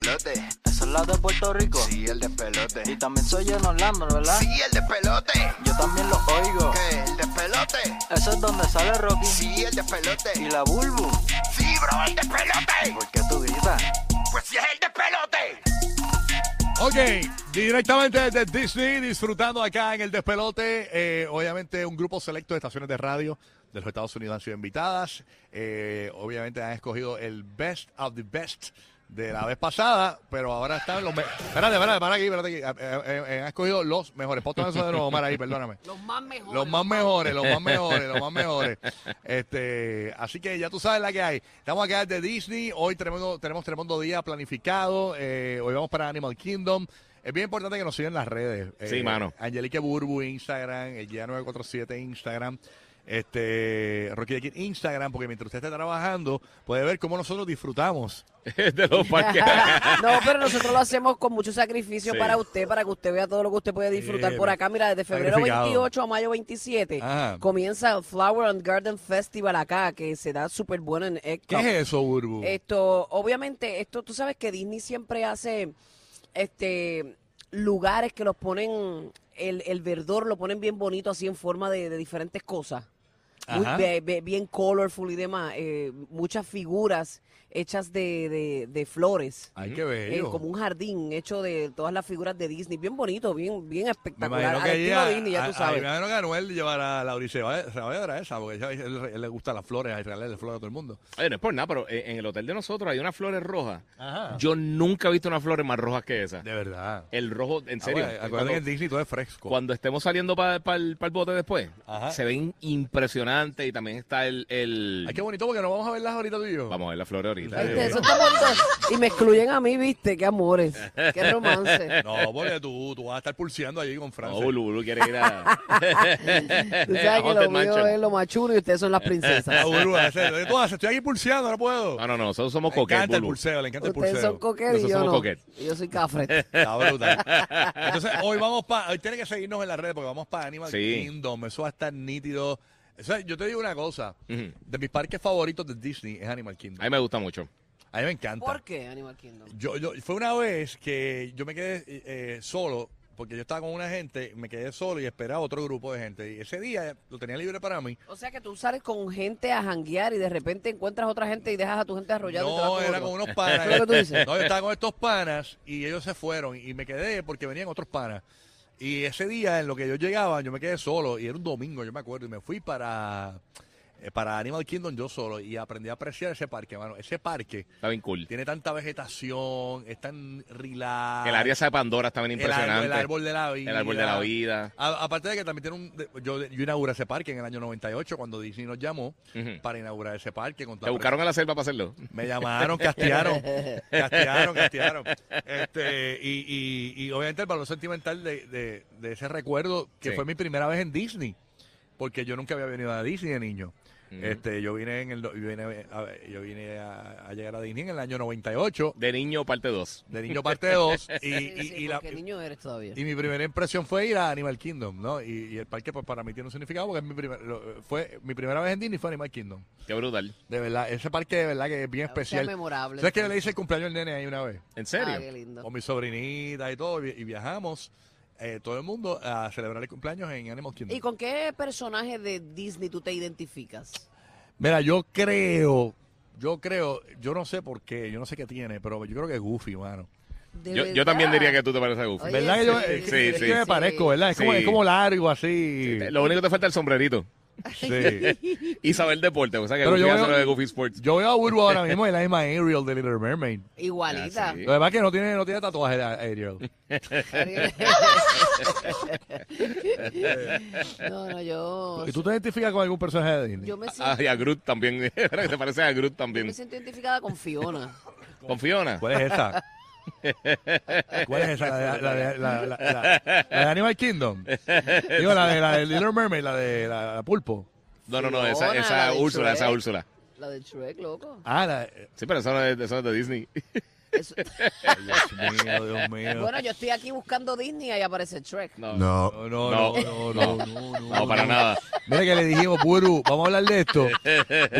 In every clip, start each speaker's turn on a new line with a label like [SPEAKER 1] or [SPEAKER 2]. [SPEAKER 1] pelote.
[SPEAKER 2] Esa es la de Puerto Rico.
[SPEAKER 1] Sí, el de pelote.
[SPEAKER 2] Y también soy en Orlando, ¿verdad?
[SPEAKER 1] Sí, el de pelote.
[SPEAKER 2] Yo también lo oigo.
[SPEAKER 1] ¿Qué? El de pelote.
[SPEAKER 2] Eso es donde sale Rocky.
[SPEAKER 1] Sí, el de pelote.
[SPEAKER 2] Y la Bulbu.
[SPEAKER 1] Sí, bro, el de pelote.
[SPEAKER 2] ¿Por qué tú gritas?
[SPEAKER 1] Pues sí, es el de pelote.
[SPEAKER 3] Ok, directamente desde Disney, disfrutando acá en el despelote. Eh, obviamente, un grupo selecto de estaciones de radio de los Estados Unidos han sido invitadas. Eh, obviamente, han escogido el best of the best de la vez pasada, pero ahora están los. me- Espérate, espérate, espérate aquí, espérate aquí. Eh, eh, eh, han escogido los mejores. Ponte eso de nuevo, Omar, ahí, perdóname. Los más mejores. Los más mejores, los más mejores, los más mejores. Este, así que ya tú sabes la que hay. Estamos acá de Disney. Hoy tremendo, tenemos tremendo día planificado. Eh, hoy vamos para Animal Kingdom. Es bien importante que nos sigan en las redes. Eh,
[SPEAKER 4] Sí, mano.
[SPEAKER 3] Angelique Burbu, Instagram, el guía 947 Instagram. Este, Rocky de Kid Instagram, porque mientras usted esté trabajando, puede ver cómo nosotros disfrutamos.
[SPEAKER 4] de los parques.
[SPEAKER 5] No, pero nosotros lo hacemos con mucho sacrificio
[SPEAKER 4] Sí.
[SPEAKER 5] para usted, para que usted vea todo lo que usted puede disfrutar
[SPEAKER 3] Eh,
[SPEAKER 5] por acá. Mira, desde febrero
[SPEAKER 3] sacrificado. Ah.
[SPEAKER 5] 28 a mayo 27
[SPEAKER 3] Ajá.
[SPEAKER 5] comienza el Flower and Garden Festival acá, que se da súper bueno en Egg
[SPEAKER 3] ¿Qué
[SPEAKER 5] Cup.
[SPEAKER 3] es eso, Burbu?
[SPEAKER 5] Esto, obviamente, esto, tú sabes que Disney siempre hace este lugares que los ponen, el, el verdor lo ponen bien bonito así en forma de, de diferentes cosas. Muy
[SPEAKER 3] Ajá.
[SPEAKER 5] be- be- bien colorful y demás. eh, muchas figuras hechas de, de- de flores.
[SPEAKER 3] Hay que
[SPEAKER 5] Eh,
[SPEAKER 3] ver.
[SPEAKER 5] como un jardín hecho de todas las figuras de Disney, bien bonito, bien, bien
[SPEAKER 3] Me
[SPEAKER 5] espectacular.
[SPEAKER 3] imagino
[SPEAKER 5] Al
[SPEAKER 3] que
[SPEAKER 5] estilo
[SPEAKER 3] ella,
[SPEAKER 5] Disney, ya
[SPEAKER 3] a-
[SPEAKER 5] tú
[SPEAKER 3] a-
[SPEAKER 5] sabes.
[SPEAKER 3] me imagino que Anuel llevará a la Odisea, Saavedra esa, porque ella- él, él le gusta las flores, hay regalarle flores a todo el mundo.
[SPEAKER 4] Oye, no es por nada, pero en en el hotel de nosotros hay unas flores rojas. Yo nunca he visto unas flores más rojas que esas.
[SPEAKER 3] De verdad.
[SPEAKER 4] El rojo, en serio.
[SPEAKER 3] Ah, bueno, acuérdate que en
[SPEAKER 4] cuando,
[SPEAKER 3] Disney todo es fresco.
[SPEAKER 4] cuando estemos saliendo para el, bote después,
[SPEAKER 3] Ajá.
[SPEAKER 4] se ven impresionantes y también está el... el-
[SPEAKER 3] Ay, qué bonito, porque nos vamos a verlas ahorita tú y yo.
[SPEAKER 4] Vamos a ver las flores ahorita.
[SPEAKER 5] Este, eso está bonito. Y me excluyen a mí, viste, qué amores, qué romance.
[SPEAKER 3] No, porque tú, tú vas a estar pulseando allí con
[SPEAKER 4] No,
[SPEAKER 3] Francia.
[SPEAKER 4] Oh, Bulu, Bulu quiere ir a...
[SPEAKER 5] Tú
[SPEAKER 3] Eh,
[SPEAKER 5] sabes que
[SPEAKER 4] Haunted
[SPEAKER 5] lo mío
[SPEAKER 4] Mansion.
[SPEAKER 5] es lo machuno y ustedes son las princesas.
[SPEAKER 3] Ah, Buru, hace- tú haces, estoy aquí pulseando, no puedo.
[SPEAKER 4] No, no, no, nosotros somos
[SPEAKER 3] le
[SPEAKER 4] coquetes,
[SPEAKER 3] encanta el
[SPEAKER 4] Bulu.
[SPEAKER 3] pulseo, le encanta el
[SPEAKER 5] Ustedes
[SPEAKER 3] pulseo.
[SPEAKER 5] son coquetes y
[SPEAKER 4] Nosotros
[SPEAKER 5] yo
[SPEAKER 4] somos
[SPEAKER 5] no.
[SPEAKER 4] coquet.
[SPEAKER 5] Y Yo soy cafre.
[SPEAKER 3] Está brutal. Entonces, hoy vamos para. Hoy tiene que seguirnos en las redes porque vamos para Animal
[SPEAKER 4] Sí.
[SPEAKER 3] Kingdom. Eso va a estar nítido. O sea, yo te digo una cosa.
[SPEAKER 4] Ujú.
[SPEAKER 3] De mis parques favoritos de Disney es Animal Kingdom.
[SPEAKER 4] A mí me gusta mucho.
[SPEAKER 3] A mí me encanta.
[SPEAKER 5] ¿Por qué Animal Kingdom?
[SPEAKER 3] Yo, yo, fue una vez que yo me quedé eh, solo, porque yo estaba con una gente, me quedé solo y esperaba otro grupo de gente. Y ese día lo tenía libre para mí.
[SPEAKER 5] O sea que tú sales con gente a janguear y de repente encuentras otra gente y dejas a tu gente arrollada. y te vas
[SPEAKER 3] No,
[SPEAKER 5] con
[SPEAKER 3] era
[SPEAKER 5] otro.
[SPEAKER 3] con unos panas.
[SPEAKER 5] ¿Eso es lo que tú dices?
[SPEAKER 3] No, yo estaba con estos panas y ellos se fueron y me quedé porque venían otros panas. Y ese día en lo que yo llegaba, yo me quedé solo y era un domingo, yo me acuerdo, y me fui para, eh, para Animal Kingdom yo solo y aprendí a apreciar ese parque, mano. Ese parque
[SPEAKER 4] Está bien cool.
[SPEAKER 3] tiene tanta vegetación, es tan relax.
[SPEAKER 4] El área esa de Pandora está bien
[SPEAKER 3] Ah. El árbol-
[SPEAKER 4] impresionante.
[SPEAKER 3] El árbol de la vida.
[SPEAKER 4] El árbol de la vida.
[SPEAKER 3] A- aparte de que también tiene un. de- Yo, yo inauguré ese parque en el año 98 cuando Disney nos llamó
[SPEAKER 4] Ujú.
[SPEAKER 3] para inaugurar ese parque. Con
[SPEAKER 4] Mm. Te buscaron a la selva para hacerlo.
[SPEAKER 3] Me llamaron, castearon. castearon, castearon. Este, y, y- y obviamente el valor sentimental de, de- de ese recuerdo que
[SPEAKER 4] Sí.
[SPEAKER 3] fue mi primera vez en Disney. Porque yo nunca había venido a Disney de niño. Este, yo vine en el do- yo vine a, yo vine a- a llegar a Disney en el año 98,
[SPEAKER 4] De niño, parte 2.
[SPEAKER 3] de niño parte 2 y,
[SPEAKER 5] Sí,
[SPEAKER 3] y-
[SPEAKER 5] sí,
[SPEAKER 3] y la,
[SPEAKER 5] porque niño eres todavía.
[SPEAKER 3] y mi primera impresión fue ir a Animal Kingdom, ¿no? Y, y el parque pues, para mí tiene un significado porque es mi primer- lo- fue mi primera vez en Disney fue Animal Kingdom.
[SPEAKER 4] Qué brutal.
[SPEAKER 3] De verdad, ese parque de verdad que es bien
[SPEAKER 5] O sea,
[SPEAKER 3] especial.
[SPEAKER 5] memorable.
[SPEAKER 3] ¿Sabes que le hice el cumpleaños al nene ahí una vez?
[SPEAKER 4] ¿En
[SPEAKER 5] Ah, qué
[SPEAKER 4] serio?
[SPEAKER 5] lindo.
[SPEAKER 3] Con mi sobrinita y todo, y vi- y viajamos eh, todo el mundo a celebrar el cumpleaños en Animal Kingdom.
[SPEAKER 5] ¿Y con qué personaje de Disney tú te identificas?
[SPEAKER 3] Mira, yo creo, yo creo, yo no sé por qué, yo no sé qué tiene, pero yo creo que es Goofy, mano.
[SPEAKER 5] De
[SPEAKER 4] Yo, yo
[SPEAKER 5] verdad.
[SPEAKER 4] también diría que tú te pareces a Goofy.
[SPEAKER 5] Oye,
[SPEAKER 3] ¿Verdad que
[SPEAKER 5] sí,
[SPEAKER 3] yo
[SPEAKER 5] sí,
[SPEAKER 3] es que- es
[SPEAKER 4] sí.
[SPEAKER 3] que me parezco, verdad? Es, como,
[SPEAKER 4] Sí.
[SPEAKER 3] es como largo, así.
[SPEAKER 4] Eh, Lo único que te falta es el sombrerito.
[SPEAKER 3] Sí.
[SPEAKER 4] Y saber deporte. O sea que
[SPEAKER 3] Pero
[SPEAKER 4] Goofy
[SPEAKER 3] yo
[SPEAKER 4] hace
[SPEAKER 3] veo-
[SPEAKER 4] lo de Goofy Sports.
[SPEAKER 3] Yo veo a Burbu ahora mismo en la misma Ariel de Little Mermaid.
[SPEAKER 5] Igualita.
[SPEAKER 4] Ah, sí.
[SPEAKER 3] Lo demás es que no tiene, no tiene tatuaje la Ariel.
[SPEAKER 5] Pues no, no, yo.
[SPEAKER 3] ¿Y tú te identificas con algún personaje de Disney?
[SPEAKER 5] Yo Pues, me siento,
[SPEAKER 4] Ah, y a Groot también. te pareces a Groot
[SPEAKER 5] yo
[SPEAKER 4] también.
[SPEAKER 5] me siento identificada con Fiona.
[SPEAKER 4] Con Fiona.
[SPEAKER 5] pues,
[SPEAKER 3] ¿Cuál es esa? ¿Cuál es esa? La de, la de- la- la- la- la de Animal Kingdom. Digo, la de, la de Little Mermaid, la de la, la pulpo.
[SPEAKER 4] No, no, no. Esa,
[SPEAKER 5] Fiona,
[SPEAKER 4] esa
[SPEAKER 5] la de
[SPEAKER 4] Úrsula, esa
[SPEAKER 5] Shrek.
[SPEAKER 4] Úrsula.
[SPEAKER 5] La de Shrek, loco.
[SPEAKER 3] Ah, la,
[SPEAKER 4] Sí, pero eso no es, eso no es de Disney.
[SPEAKER 5] Eso-
[SPEAKER 3] Dios mío, Dios mío.
[SPEAKER 5] bueno, yo estoy aquí buscando Disney y ahí aparece Shrek.
[SPEAKER 4] No.
[SPEAKER 3] No, no, no, no, no, no, no,
[SPEAKER 4] No, para nada.
[SPEAKER 3] Mira que le dijimos, Buru, vamos a hablar de esto.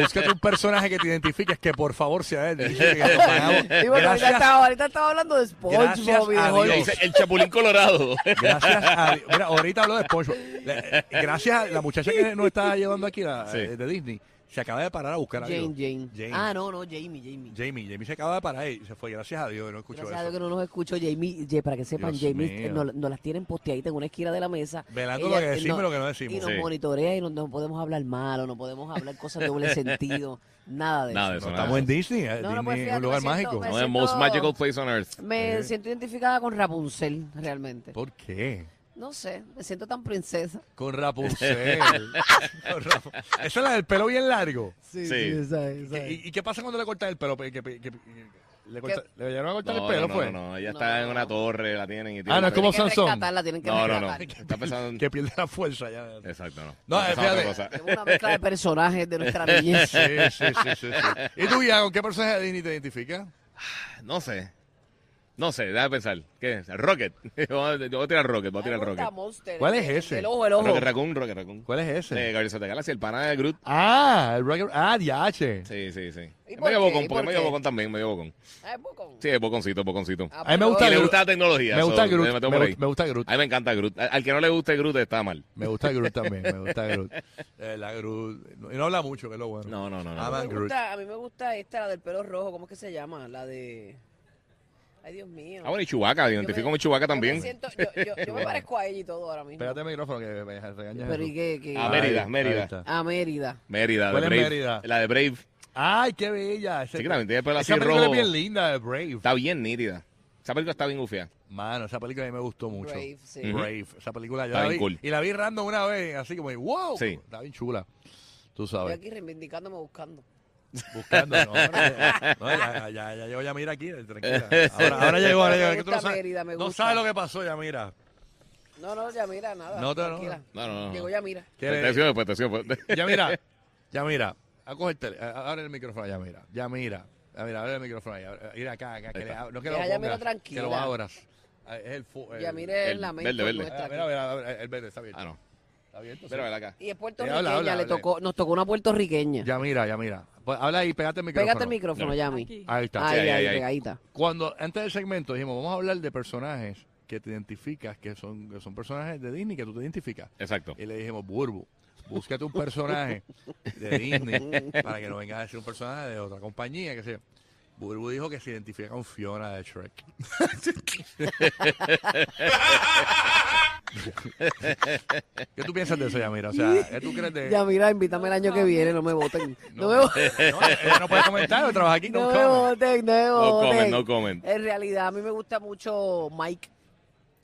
[SPEAKER 3] Búscate un personaje que te identifiques, que por favor sea él. Dice que nos pagamos.
[SPEAKER 5] Y bueno, ahorita
[SPEAKER 3] Gracias,
[SPEAKER 5] estaba, ahorita estaba hablando de SpongeBob y de
[SPEAKER 3] Gracias a
[SPEAKER 5] Hulk.
[SPEAKER 3] Dios.
[SPEAKER 4] Dice el Chapulín Colorado.
[SPEAKER 5] Pues
[SPEAKER 3] gracias a- Mira, ahorita hablo de SpongeBob. Le- Gracias a la muchacha que nos está llevando aquí, la, eh,
[SPEAKER 4] Sí.
[SPEAKER 3] de Disney, se acaba de parar a buscar a
[SPEAKER 5] Jane,
[SPEAKER 3] Dios.
[SPEAKER 5] Jane,
[SPEAKER 3] Jane.
[SPEAKER 5] Ah, no, no, Jamie, Jamie.
[SPEAKER 3] Jamie, Jamie se acaba de parar y se fue. Gracias a Dios, no escuchó
[SPEAKER 5] Gracias a Dios
[SPEAKER 3] eso.
[SPEAKER 5] que no nos escuchó Jamie. Ye- para que sepan,
[SPEAKER 3] Dios
[SPEAKER 5] Jamie eh,
[SPEAKER 3] mío.
[SPEAKER 5] nos, nos las tienen posteaditas en una esquina de la mesa.
[SPEAKER 3] Velando lo que
[SPEAKER 5] eh,
[SPEAKER 3] decimos y lo que no decimos.
[SPEAKER 5] Y nos
[SPEAKER 4] Sí.
[SPEAKER 5] monitorea y no, no podemos hablar malo, no podemos hablar cosas de doble sentido. Nada de
[SPEAKER 4] Nada de
[SPEAKER 5] eso.
[SPEAKER 4] eso,
[SPEAKER 3] No,
[SPEAKER 4] nada de
[SPEAKER 3] estamos en Disney, eh,
[SPEAKER 5] No, no,
[SPEAKER 3] Disney
[SPEAKER 5] pues,
[SPEAKER 3] es
[SPEAKER 5] fíjate,
[SPEAKER 3] un lugar
[SPEAKER 5] me siento-
[SPEAKER 3] mágico.
[SPEAKER 5] me
[SPEAKER 4] No, es el most
[SPEAKER 5] siento-
[SPEAKER 4] magical place on earth.
[SPEAKER 5] Me siento identificada con Rapunzel, realmente.
[SPEAKER 3] ¿Por qué?
[SPEAKER 5] No sé, me siento tan princesa.
[SPEAKER 3] Con Rapunzel. Con Rapu- Esa es la del pelo bien largo.
[SPEAKER 5] Sí,
[SPEAKER 4] Sí.
[SPEAKER 5] esa,
[SPEAKER 3] ¿Y,
[SPEAKER 5] esa.
[SPEAKER 3] qué- y- y qué pasa cuando le cortan el pelo? ¿Que- que- que- que- le, corta- le llegaron a cortar
[SPEAKER 4] No,
[SPEAKER 3] el pelo,
[SPEAKER 4] no, no,
[SPEAKER 3] fue?
[SPEAKER 4] no, no, ella
[SPEAKER 5] No,
[SPEAKER 4] está en
[SPEAKER 5] no.
[SPEAKER 4] una torre, la tienen y tiene
[SPEAKER 3] pues? Ah, no,
[SPEAKER 4] un
[SPEAKER 3] es como
[SPEAKER 4] pelo.
[SPEAKER 5] Tienen que
[SPEAKER 3] Sansón.
[SPEAKER 5] rescatarla, tienen que
[SPEAKER 4] No, no, no.
[SPEAKER 5] rescatarla.
[SPEAKER 4] Está pensando en... Eh.
[SPEAKER 3] Que pierde la fuerza ya.
[SPEAKER 4] Exacto, no.
[SPEAKER 3] No,
[SPEAKER 4] Esa es
[SPEAKER 3] fíjate.
[SPEAKER 4] otra cosa.
[SPEAKER 5] Es una mezcla de personajes de nuestra niñez.
[SPEAKER 3] Sí, sí, sí, sí, sí. ¿Y tú, ya, con qué personaje de Disney te identificas?
[SPEAKER 4] No sé. No sé, déjame pensar. ¿Qué es? Rocket. Yo voy a tirar Rocket, voy a tirar
[SPEAKER 5] Ay,
[SPEAKER 4] Rocket.
[SPEAKER 5] Gorda Monster, eh,
[SPEAKER 3] ¿Cuál es
[SPEAKER 5] el-
[SPEAKER 3] ese?
[SPEAKER 5] El ojo, el ojo.
[SPEAKER 4] Rocket Raccoon, Rocket Raccoon.
[SPEAKER 3] ¿Cuál es
[SPEAKER 4] Eh,
[SPEAKER 3] ese?
[SPEAKER 4] Gabriel Santa Galaxia, el pana de Groot.
[SPEAKER 3] Ah, el Rocket. Ah, DH.
[SPEAKER 4] Sí, sí, sí.
[SPEAKER 5] ¿Y por
[SPEAKER 4] Medio
[SPEAKER 5] qué?
[SPEAKER 4] bocón, porque
[SPEAKER 5] ¿Y por
[SPEAKER 4] medio
[SPEAKER 5] qué?
[SPEAKER 4] bocón también, medio bocón.
[SPEAKER 5] Ah, es bocón.
[SPEAKER 4] Sí, es boconcito, boconcito.
[SPEAKER 5] Ah,
[SPEAKER 3] A mí me
[SPEAKER 5] pero-
[SPEAKER 3] gusta
[SPEAKER 4] Y
[SPEAKER 3] Groot.
[SPEAKER 4] le gusta la tecnología.
[SPEAKER 3] Me gusta
[SPEAKER 4] so,
[SPEAKER 3] Groot.
[SPEAKER 4] me
[SPEAKER 3] Me,
[SPEAKER 4] meto por
[SPEAKER 3] gu-
[SPEAKER 4] ahí.
[SPEAKER 3] me gusta Groot.
[SPEAKER 4] A mí me encanta Groot. Al- Al que no le guste Groot está mal.
[SPEAKER 3] Me gusta Groot también. Me gusta Groot. Eh, la Groot. No, y no habla mucho, que es lo bueno.
[SPEAKER 4] No, no, no, no.
[SPEAKER 3] Ama
[SPEAKER 6] Me
[SPEAKER 3] Groot.
[SPEAKER 6] gusta- a mí me gusta esta, la del pelo rojo, ¿cómo es que se llama? La de... Ay, Dios mío.
[SPEAKER 4] Ah, bueno, y Chewbacca, me identifico con Chewbacca
[SPEAKER 6] Yo me,
[SPEAKER 4] también.
[SPEAKER 6] siento- yo, yo- yo me parezco a ella y todo ahora mismo.
[SPEAKER 3] Pégate el micrófono que me me regañas.
[SPEAKER 5] Pero ¿y
[SPEAKER 3] Jesús.
[SPEAKER 5] qué? qué-
[SPEAKER 3] Ahí,
[SPEAKER 4] A ver. Ah, Mérida,
[SPEAKER 3] ahí
[SPEAKER 4] Mérida.
[SPEAKER 3] está.
[SPEAKER 5] A Mérida.
[SPEAKER 4] Mérida, de
[SPEAKER 3] ¿Cuál es
[SPEAKER 4] Brave.
[SPEAKER 3] Mérida?
[SPEAKER 4] La de Brave.
[SPEAKER 3] Ay, qué bella. Ese-
[SPEAKER 4] Sí, que también tiene el pelo así
[SPEAKER 3] Esa película
[SPEAKER 4] rojo.
[SPEAKER 3] es bien linda, de Brave.
[SPEAKER 4] Está bien nítida. Esa película está bien gufia.
[SPEAKER 3] Mano, esa película a mí me gustó mucho.
[SPEAKER 5] Brave, sí.
[SPEAKER 4] Ujú.
[SPEAKER 3] Brave, esa película yo
[SPEAKER 4] Está
[SPEAKER 3] la vi.
[SPEAKER 4] bien cool.
[SPEAKER 3] Y la vi random una vez, así como, wow,
[SPEAKER 4] Sí.
[SPEAKER 3] está bien chula. Tú
[SPEAKER 5] Estoy
[SPEAKER 3] sabes,
[SPEAKER 5] aquí reivindicándome buscando.
[SPEAKER 3] buscando. No, no, no, ya, ya, ya llegó Yamira aquí, tranquila. Ahora, ahora llegó, ahora
[SPEAKER 5] Me
[SPEAKER 3] llegó. que tú no
[SPEAKER 5] gusta
[SPEAKER 3] sabes,
[SPEAKER 5] Mérida, me
[SPEAKER 3] no
[SPEAKER 5] gusta.
[SPEAKER 3] sabes lo que pasó, Yamira.
[SPEAKER 5] No, no, ya mira, nada.
[SPEAKER 3] No, no, no.
[SPEAKER 5] tranquila.
[SPEAKER 4] No, no, no.
[SPEAKER 5] Llegó ya mira.
[SPEAKER 3] Que le-
[SPEAKER 4] Protección, protección, protección.
[SPEAKER 3] Yamira, Yamira, a coger el tele- a- abre el micrófono a Yamira. Yamira, Yamira, abre el micrófono ahí. abre- Ir acá, acá, que le ab- no que lo
[SPEAKER 5] Deja a Yamira
[SPEAKER 3] pongas, que lo
[SPEAKER 5] tranquila.
[SPEAKER 3] abras. Ah, Es el, fu- el
[SPEAKER 5] Ya mira
[SPEAKER 4] el
[SPEAKER 5] el lamento
[SPEAKER 4] verde, verde.
[SPEAKER 5] nuestra
[SPEAKER 3] Mira,
[SPEAKER 5] aquí.
[SPEAKER 3] mira, mira, mira, el verde está abierto.
[SPEAKER 4] Ah, no.
[SPEAKER 3] Está abierto. sí.
[SPEAKER 4] Pero ven acá.
[SPEAKER 5] Y es
[SPEAKER 3] Eh,
[SPEAKER 5] puertorriqueña,
[SPEAKER 3] habla, habla,
[SPEAKER 5] le
[SPEAKER 3] habla.
[SPEAKER 5] tocó, nos tocó una puertorriqueña.
[SPEAKER 3] Yamira, Yamira. Pues, habla ahí, pégate el micrófono.
[SPEAKER 5] Pégate el micrófono,
[SPEAKER 4] No.
[SPEAKER 5] Yami.
[SPEAKER 3] Ahí está.
[SPEAKER 5] Ahí,
[SPEAKER 4] Sí, ahí,
[SPEAKER 5] ahí,
[SPEAKER 4] ahí.
[SPEAKER 5] pegadita.
[SPEAKER 3] cuando antes del segmento dijimos vamos a hablar de personajes que te identificas que son que son personajes de Disney que tú te identificas
[SPEAKER 4] Exacto.
[SPEAKER 3] y le dijimos Burbu búscate un personaje de Disney para que no vengas a decir un personaje de otra compañía que sea Burbu dijo que se identifica con Fiona de Shrek ¿qué tú piensas de eso Yamira? o sea ¿qué tú crees de
[SPEAKER 5] Ya mira, invítame el año que viene, no me voten. No me voten.
[SPEAKER 3] no, ella no puede comentar yo trabajo aquí
[SPEAKER 5] No
[SPEAKER 3] no
[SPEAKER 5] me
[SPEAKER 3] come.
[SPEAKER 5] voten, no me
[SPEAKER 4] No
[SPEAKER 5] voten.
[SPEAKER 4] comment, no comment.
[SPEAKER 5] En realidad, a mí me gusta mucho Mike.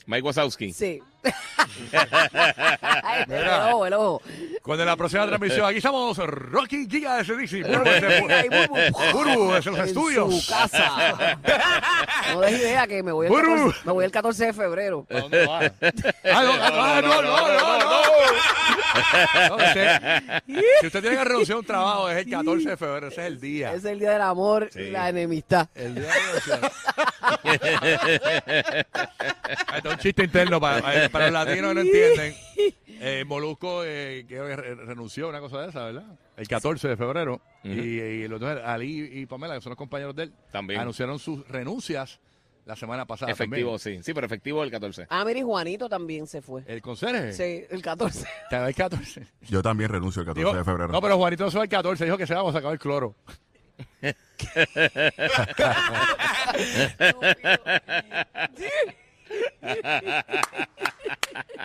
[SPEAKER 4] Mike Wazowski.
[SPEAKER 5] Sí. Ay, el ojo, el ojo.
[SPEAKER 3] cuando en la próxima transmisión aquí estamos Rocky Giga de Sedici Burbu es de-
[SPEAKER 5] Ay, Burbu.
[SPEAKER 3] Pues Burbu es en los
[SPEAKER 5] en
[SPEAKER 3] estudios.
[SPEAKER 5] su casa. No des idea que me voy, el
[SPEAKER 3] Burbu.
[SPEAKER 5] 14, me voy el 14 de febrero.
[SPEAKER 3] ¿A dónde va? Ah, no, ah, no, no, no, no, no. No, usted- si usted tiene que renunciar a un trabajo, es el 14 de febrero, ese es el día.
[SPEAKER 5] Es el día del amor
[SPEAKER 4] Sí.
[SPEAKER 5] y la enemistad.
[SPEAKER 3] El día de renunciar. Ahí está un chiste interno para, para los latinos que no entienden. Eh, Molusco eh, creo que re- renunció a una cosa de esa, ¿verdad? El 14 de febrero. Y, y los dos, Ali y Pamela, que son los compañeros de él,
[SPEAKER 4] También.
[SPEAKER 3] anunciaron sus renuncias la semana pasada. ah, también.
[SPEAKER 4] Efectivo, sí. Sí, pero efectivo el 14.
[SPEAKER 5] Ah, mira, y Juanito también se fue.
[SPEAKER 3] El conserje.
[SPEAKER 5] Sí, el 14.
[SPEAKER 3] Te va el 14.
[SPEAKER 7] Yo también renuncio el 14
[SPEAKER 3] Dijo-
[SPEAKER 7] de febrero.
[SPEAKER 3] No, pero Juanito no se va el 14. Dijo que se va a sacar el cloro.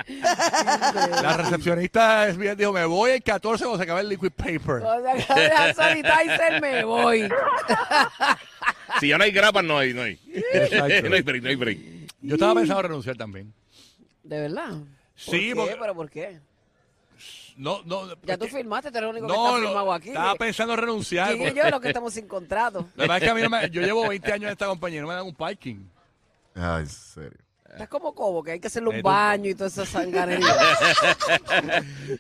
[SPEAKER 3] La recepcionista es bien, dijo, me voy el 14 cuando se acabe el liquid paper.
[SPEAKER 5] O sea, que deja sanitizer, me voy.
[SPEAKER 4] Si ya no hay grapas, no hay, no hay.
[SPEAKER 3] Exacto.
[SPEAKER 4] No hay break, no hay break.
[SPEAKER 3] Yo estaba pensando renunciar también.
[SPEAKER 5] ¿De verdad?
[SPEAKER 3] Sí,
[SPEAKER 5] ¿Por qué?
[SPEAKER 3] porque-
[SPEAKER 5] ¿Pero por qué?
[SPEAKER 3] No, no.
[SPEAKER 5] Ya
[SPEAKER 3] es
[SPEAKER 5] tú
[SPEAKER 3] que-
[SPEAKER 5] firmaste, tú eres el único que
[SPEAKER 3] No,
[SPEAKER 5] está firmado
[SPEAKER 3] no,
[SPEAKER 5] aquí.
[SPEAKER 3] estaba pensando renunciar.
[SPEAKER 5] ¿Quién y
[SPEAKER 3] porque-
[SPEAKER 5] yo los que estamos sin contrato?
[SPEAKER 3] La verdad es que a mí no me- yo llevo 20 años en esta compañía, no me dan un parking.
[SPEAKER 8] Ay, en serio.
[SPEAKER 5] Estás como Cobo, que hay que hacerle un
[SPEAKER 3] Eh, tú-
[SPEAKER 5] baño y toda esa sanganería.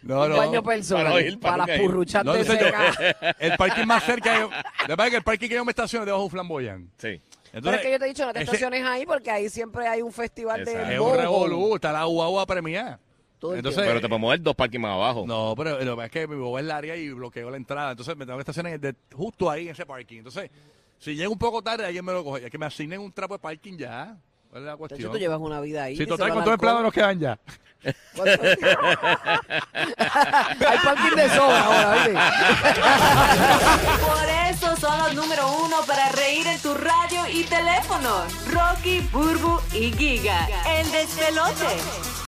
[SPEAKER 3] No,
[SPEAKER 5] un
[SPEAKER 3] no.
[SPEAKER 5] baño
[SPEAKER 4] Para no
[SPEAKER 5] personal
[SPEAKER 4] ir, para
[SPEAKER 5] para, las
[SPEAKER 4] nunca ir.
[SPEAKER 5] purruchas
[SPEAKER 3] No,
[SPEAKER 5] de
[SPEAKER 3] entonces yo-
[SPEAKER 5] seca.
[SPEAKER 3] el parking más cerca, yo- la verdad es que el parking que yo me estaciono es debajo de un flamboyán.
[SPEAKER 4] Sí.
[SPEAKER 5] Pero es que yo te he dicho, no te
[SPEAKER 3] ese-
[SPEAKER 5] estaciones ahí porque ahí siempre hay un festival
[SPEAKER 4] Exacto.
[SPEAKER 5] de
[SPEAKER 3] Es
[SPEAKER 4] Bobo.
[SPEAKER 3] un
[SPEAKER 5] bobo.
[SPEAKER 3] revolú, está la guagua premiada.
[SPEAKER 5] Todo el
[SPEAKER 3] Entonces,
[SPEAKER 4] Pero te puedo mover dos parques más abajo.
[SPEAKER 3] Eh. no, pero lo que pasa es que mi bobo es el área y bloqueó la entrada. Entonces me tengo que estacionar en el de- justo ahí en ese parking. Entonces, si llego un poco tarde, alguien me lo coge. Ya que me asignen un trapo de parking ya. ¿Cuál es la
[SPEAKER 5] De hecho,
[SPEAKER 3] cuestión?
[SPEAKER 5] tú llevas una vida ahí.
[SPEAKER 3] Si
[SPEAKER 5] díselo
[SPEAKER 3] total,
[SPEAKER 5] al
[SPEAKER 3] con todo empleado nos
[SPEAKER 5] alcohol.
[SPEAKER 3] quedan ya.
[SPEAKER 5] Hay parking de sobra ahora, ¿viste?
[SPEAKER 9] Por eso son los número uno para reír en tu radio y teléfono. Rocky, Burbu y Giga. El despelote.